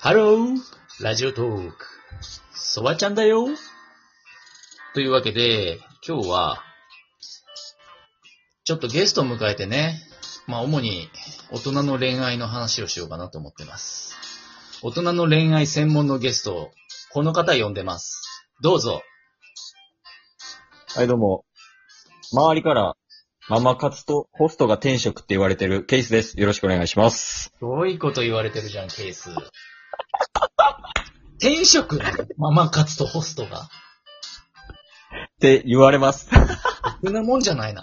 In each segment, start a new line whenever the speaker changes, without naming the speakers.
ハローラジオトークそばちゃんだよというわけで、今日は、ちょっとゲストを迎えてね、まあ主に大人の恋愛の話をしようかなと思ってます。大人の恋愛専門のゲストを、この方呼んでます。どうぞ。
はい、どうも。周りから、ママ活とホストが天職って言われてるケースです。よろしくお願いします。
すごいこと言われてるじゃん、ケース。転職なのママ活とホストが。
って言われます。
そんなもんじゃないな。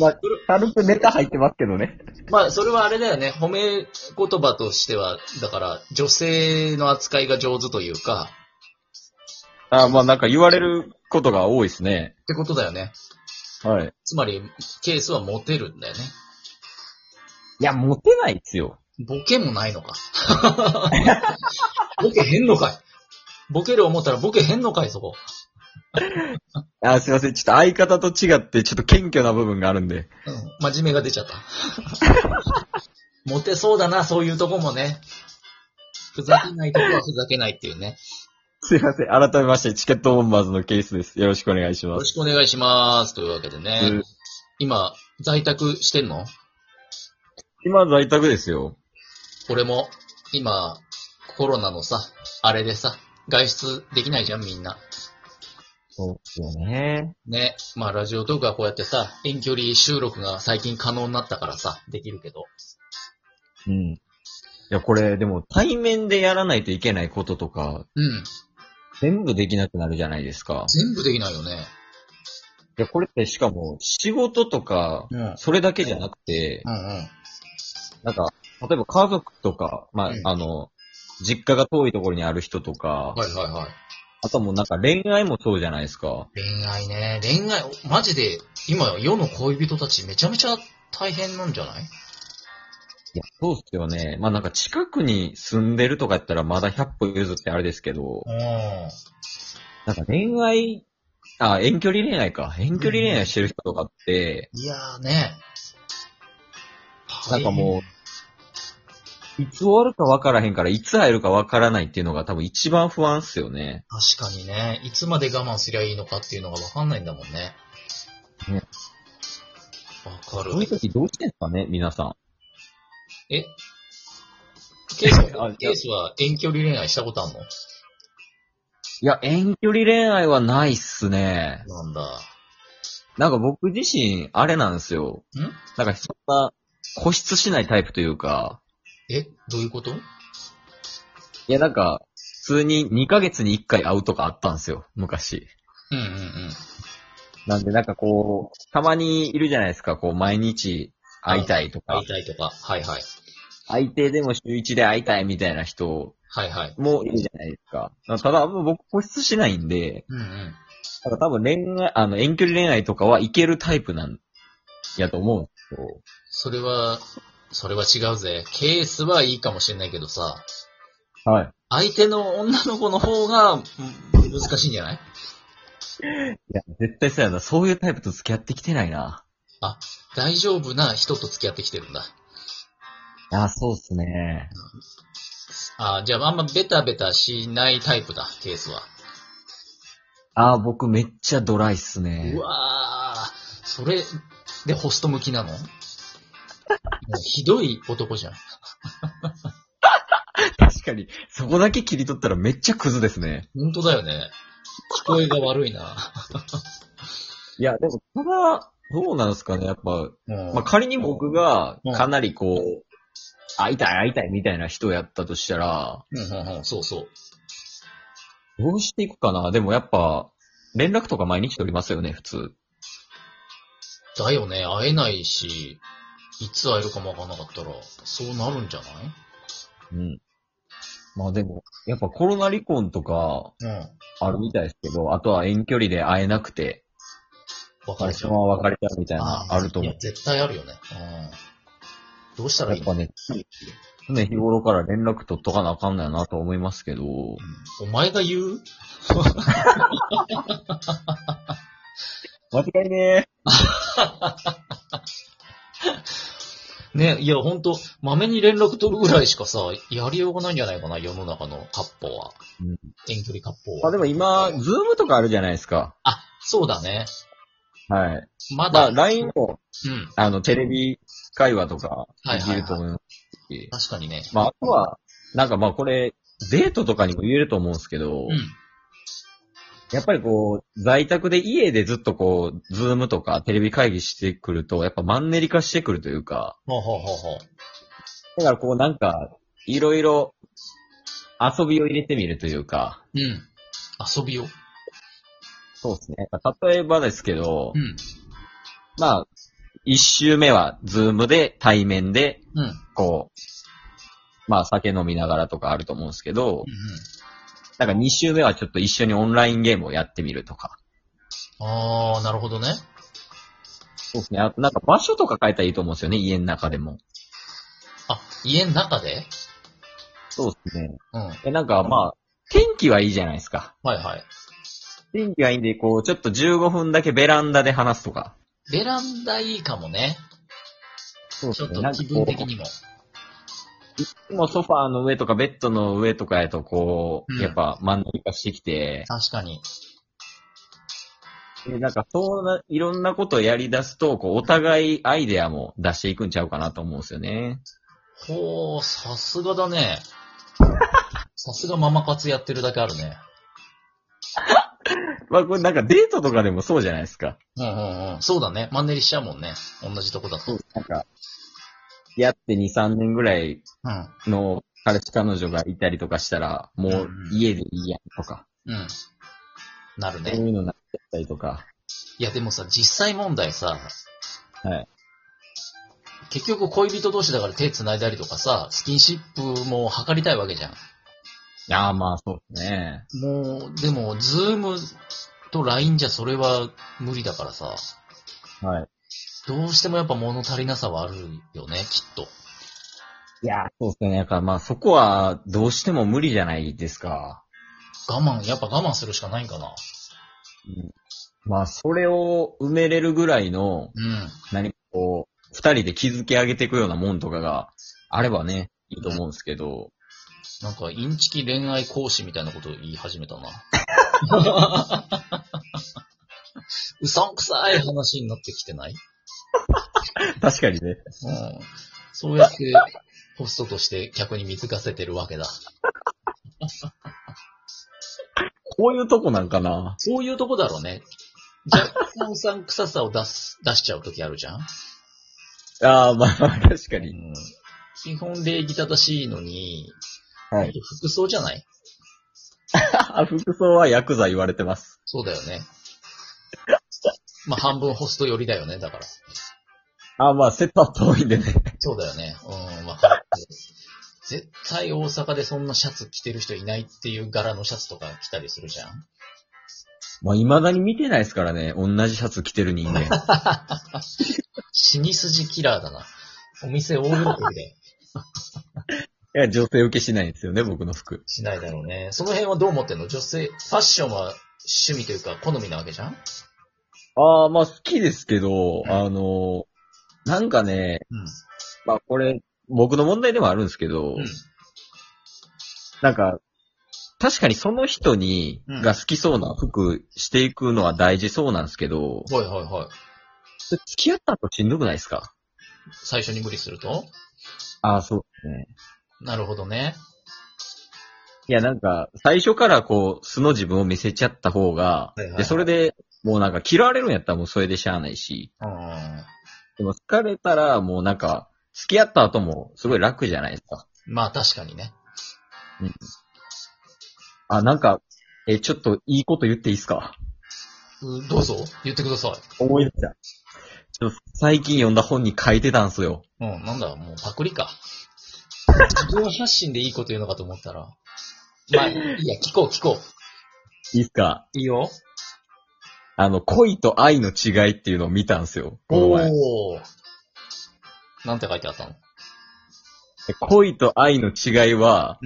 まあ、軽くネタ入ってますけどね。
まあ、それはあれだよね。褒め言葉としては、だから、女性の扱いが上手というか、
あまあなんか言われることが多いですね。
ってことだよね。
はい。
つまり、ケースはモテるんだよね。
いや、モテないっすよ。
ボケもないの か。ボケへんのかい。ボケる思ったらボケへんのかい、そこ。
あすいません。ちょっと相方と違って、ちょっと謙虚な部分があるんで。
うん。真面目が出ちゃった。 モテそうだな、そういうとこもね。ふざけないとこはふざけないっていうね。
すいません。改めまして、チケットボンバーズのケースです。よろしくお願いし
よ
ま
ろ
す。
しくお願いします。というわけでね。
うん
今、在宅してんの
今、在宅ですよ。
俺も、今、コロナのさ、あれでさ、外出できないじゃん、みんな。
そうですよね。
ね。まあ、ラジオトークはこうやってさ、遠距離収録が最近可能になったからさ、できるけど。
うん。いや、これ、でも、対面でやらないといけないこととか、
うん。
全部できなくなるじゃないですか。
全部できないよね。
いや、これってしかも、仕事とか、
うん。うん
それだけじゃなくて、
うん。
なんか、例えば家族とか、まあ、
うん
あの、実家が遠いところにある人とか、
はいはいはい。
あとはもうなんか恋愛もそうじゃないですか。
恋愛ね。恋愛、マジで、今、世の恋人たちめちゃめちゃ大変なんじゃない
いや、そうっすよね。まあなんか近くに住んでるとかやったらまだ100歩譲ってあれですけど、
うん。
なんか恋愛、あ、遠距離恋愛か。遠距離恋愛してる人とかって、
いやーね。
なんかもう、いつ終わるかわからへんから、いつ会えるかわからないっていうのが多分一番不安っすよね。
確かにね、いつまで我慢すりゃいいのかっていうのがわかんないんだもんね。
ね
わかる
そういう。時どうしてんすかね、皆さん。
えケー ス
あい
は
や
ケースは遠距離恋愛したことあんの
いや、遠距離恋愛はないっすね。
なんだ。
なんか僕自身、あれなんですよ。
ん
なんかそんな、固執しないタイプというか、
えどういうこと
いやなんか、普通に2ヶ月に1回会うとかあったんですよ、昔。
うんうんうん。
なんでなんかこう、たまにいるじゃないですか、こう毎日会いたいと
会
か
い、たいとか。はいはい。
相手でも週1で会いたいみたいな人
はいはい。
もいるじゃないですか。ただ、もう僕固執しないんで、
うんうん。
なんか多分恋愛、あの、遠距離恋愛とかはいけるタイプなん、やと思うんですよ。
それは、それは違うぜ。ケースはいいかもしれないけどさ、
はい。
相手の女の子の方がうん難しいんじゃない
いや、絶対そうやな。そういうタイプと付き合ってきてないな。
大丈夫な人と付き合ってきてるんだ。
あ、そうっすね。
あじゃああんまベタベタしないタイプだ、ケースは。
あ、僕めっちゃドライっすね
うわー、それでホスト向きなの もうひどい男じゃん。
確かに、そこだけ切り取ったらめっちゃクズですね。
本当だよね。聞こえが悪いな。
いや、でも、ただ、どうなんですかね。やっぱ、
うん
まあ、仮に僕が
うん、
かなりこう、会いたい会いたいみたいな人やったとしたら、
うんうんうん、そうそう。
どうしていくかな。でもやっぱ、連絡とか毎日取りますよね、普通。
だよね、会えないし、いつ会えるかもわかんなかったら、そうなるんじゃ
うん。まあでも、やっぱコロナ離婚とか、
ないうん。
あるみたいですけど、あとは遠距離で会えなくて、
別
彼
れち
氏
ゃう。
は別れちゃうみたいな、あると思
いうや。絶対あるよね。うん。どうしたら
や
いい
っ
の、
ぱね、常日頃から連絡取っとかなあかんのやなと思いますけど、
うんお前が言う
間違いね
ね、いや、ほんと、まめに連絡取るぐらいしかさ、やりようがないんじゃないかな、世の中の割烹は。
うん
遠距離割烹は。
あ、でも今、ズームとかあるじゃないですか。
あ、そうだね。
はい。
ま
ま
だ、
あ、LINE も、
うん。
あの、テレビ会話とか、
はいはい
で
はい
きると思います
確
し。
かにね。
まあ、あとは、なんかまあこれ、デートとかにも言えると思うんですけど、
うん。
やっぱりこう、在宅で家でずっとこう、ズームとかテレビ会議してくると、やっぱマンネリ化してくるというか、
ほうほうほうほう。
だからこうなんか、いろいろ遊びを入れてみるというか、
うん。遊びを。
そうですね。例えばですけど、
うん。
まあ、一周目はズームで対面で、
うん。うんうん。
こう、まあ酒飲みながらとかあると思うんですけど、なんか二周目はちょっと一緒にオンラインゲームをやってみるとか。
あー、なるほどね。
そうですね。あとなんか場所とか変えたらいいと思うんですよね、家の中でも。
あ、家の中で
そうですね。
うん。はい
え、なんかまあ、天気はいいじゃないですか。
はい。
天気はいいんで、こう、ちょっと15分だけベランダで話すとか。
ベランダいいかもね。
そう
ちょっと気分的
なんかこ
にも。
うもうソファーの上とかベッドの上とかやと、こう、
うん
やっぱ真ん中してきて、
確かに。
でなんかそうな、いろんなことをやり出すと、こう、お互いアイデアも出していくんちゃうかなと思うんですよね。
ほー、さすがだ ね。さすがママ活やってるだけあるね。
まあ、これなんかデートとかでもそうじゃないですか。
うんうんうん。そうだね。マンネリしちゃうもんね。同じとこだと。うん。
なんか、やって2、3年ぐらい
うん。
の彼氏彼女がいたりとかしたら、もう家でいいやんとか、
なる
そ
ね。
ういうのになっちゃったりとか。
いやでもさ、実際問題さ、
はい。
結局恋人同士だから手繋いだりとかさ、スキンシップも図りたいわけじゃん。
いやーまあそうですね。
もう、でも、ズームと LINE じゃそれは無理だからさ、
はい。
どうしてもやっぱ物足りなさはあるよね、きっと。
いやーそうですね。だからまあそこはどうしても無理じゃないですか。
我慢、やっぱ我慢するしかないんかな。
まあそれを埋めれるぐらいの、
うん。
何かこう、二人で築き上げていくようなもんとかがあればね、いいと思うんですけど。
なんか、インチキ恋愛講師みたいなことを言い始めたな。うさんくさい話になってきてない
確かにね。
うん。そうやって、ホストとして客に貢がせてるわけだ。
こういうとこなんかな。
そういうとこだろうね。若干うさんくささを出す、 出しちゃうときあるじゃん
ああ、まあ確か
う
に。
ん基本礼儀正しいのに、
はい。
服装じゃない
あ服装はヤクザ言われてます。
そうだよね。まあ、半分ホスト寄りだよね、だから。
あまあセットは遠いんでね。
そうだよね。うん、わかる。絶対大阪でそんなシャツ着てる人いないっていう柄のシャツとか着たりするじゃん
まあ未だに見てないですからね。同じシャツ着てる 人間。
死に筋キラーだな。お店大喜びで
いや、女性受けしないんですよね、僕の服。
しないだろうね。その辺はどう思ってんの女性、ファッションは趣味というか好みなわけじゃん
ああ、まあ好きですけど、あの、なんかね、
うん。
まあこれ、僕の問題でもあるんですけど、
うん
なんか、確かにその人に、
うん
が好きそうな服していくのは大事そうなんですけど、
はいはいはい。
付き合った後しんどくないですか
最初に無理すると
ああ、そうですね。
なるほどね。
いや、なんか、最初からこう、素の自分を見せちゃった方
は
が、
いはいはい
で、それで、もうなんか嫌われるんやったらもうそれでしゃあないし、
うん。
でも疲れたらもうなんか、付き合った後もすごい楽じゃないですか。
まあ確かにね。
あ、なんか、え、ちょっといいこと言っていいですか
うどうぞ、言ってください。
思い出した。ちょっと最近読んだ本に書いてたんすよ。
うん、なんだ、もうパクリか。自分発信でいいこと言うのかと思ったら。まあ、いいや、聞こう、聞こ
いいっすか
う。いいよ。
あの、恋と愛の違いっていうのを見たんすよ。この前。
おー。なんて書いてあったの
で恋と愛の違いは、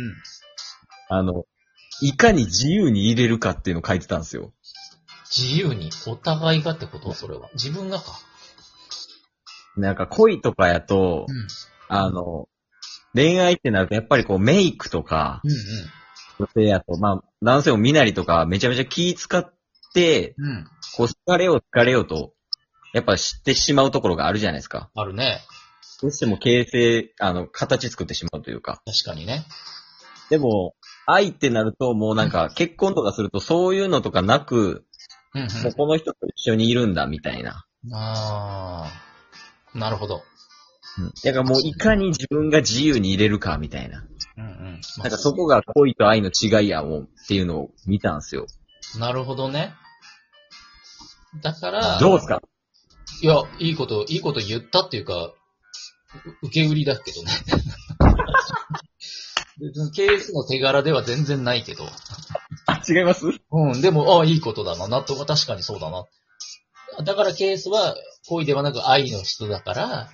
うん。
あの、いかに自由に入れるかっていうのを書いてたんですよ。
自由に、お互いがってことそれは。自分がか。
なんか恋とかやと、
うん。
あの、恋愛ってなると、やっぱりこうメイクとか、
うん
女性やと、まあ、男性も身なりとか、めちゃめちゃ気使って、
うん。うん。
こう、好かれよう好かれようと、やっぱ知ってしまうところがあるじゃないですか。
あるね。
どうしても形成、あの、形作ってしまうというか。
確かにね。
でも、愛ってなると、もうなんか、結婚とかすると、そういうのとかなく、
うん、うん。
もうこの人と一緒にいるんだ、みたいな。
ああ、なるほど。
うん。だからもう、いかに自分が自由にいれるか、みたいな。
うんうん。まあ
なんかそこが恋と愛の違いやもんっていうのを見たんですよ。
なるほどね。だから、
どうですか
いや、いいこと、いいこと言ったっていうか、う受け売りだけどね。別にケースの手柄では全然ないけど。
あ、違います
うん、でも、ああ、いいことだな。納得は確かにそうだな。だからケースは恋ではなく愛の人だから、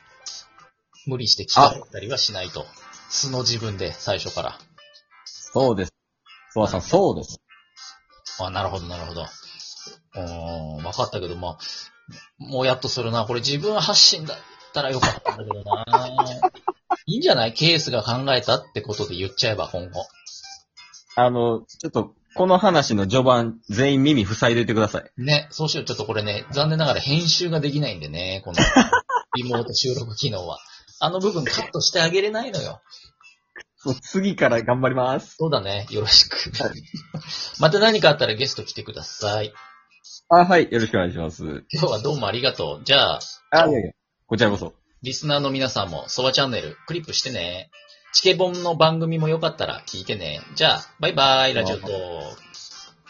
無理して来たったりはしないと。素の自分で、最初から。
そうです。ソワさん、そうです。
あ、なるほど、なるほど。うーん、分かったけど、まあ、もうやっとするな。これ自分発信だったらよかったんだけどな。いいんじゃないケースが考えたってことで言っちゃえば、今後。
あの、ちょっと、この話の序盤、全員耳塞いでいてください。
ね、そうしよう。ちょっとこれね、残念ながら編集ができないんでね、このリモート収録機能は。あの部分カットしてあげれないのよ。
そう次から頑張ります。
そうだね。よろしく。 また何かあったらゲスト来てください。
あ、はい。よろしくお願いします。
今日はどうもありがとう。じゃあ、
あ、いやいや。こちらこそ。
リスナーの皆さんも、ソワチャンネル、クリップしてね。チケボンの番組もよかったら聞いてね。じゃあ、バイバイ、ラジオトーク。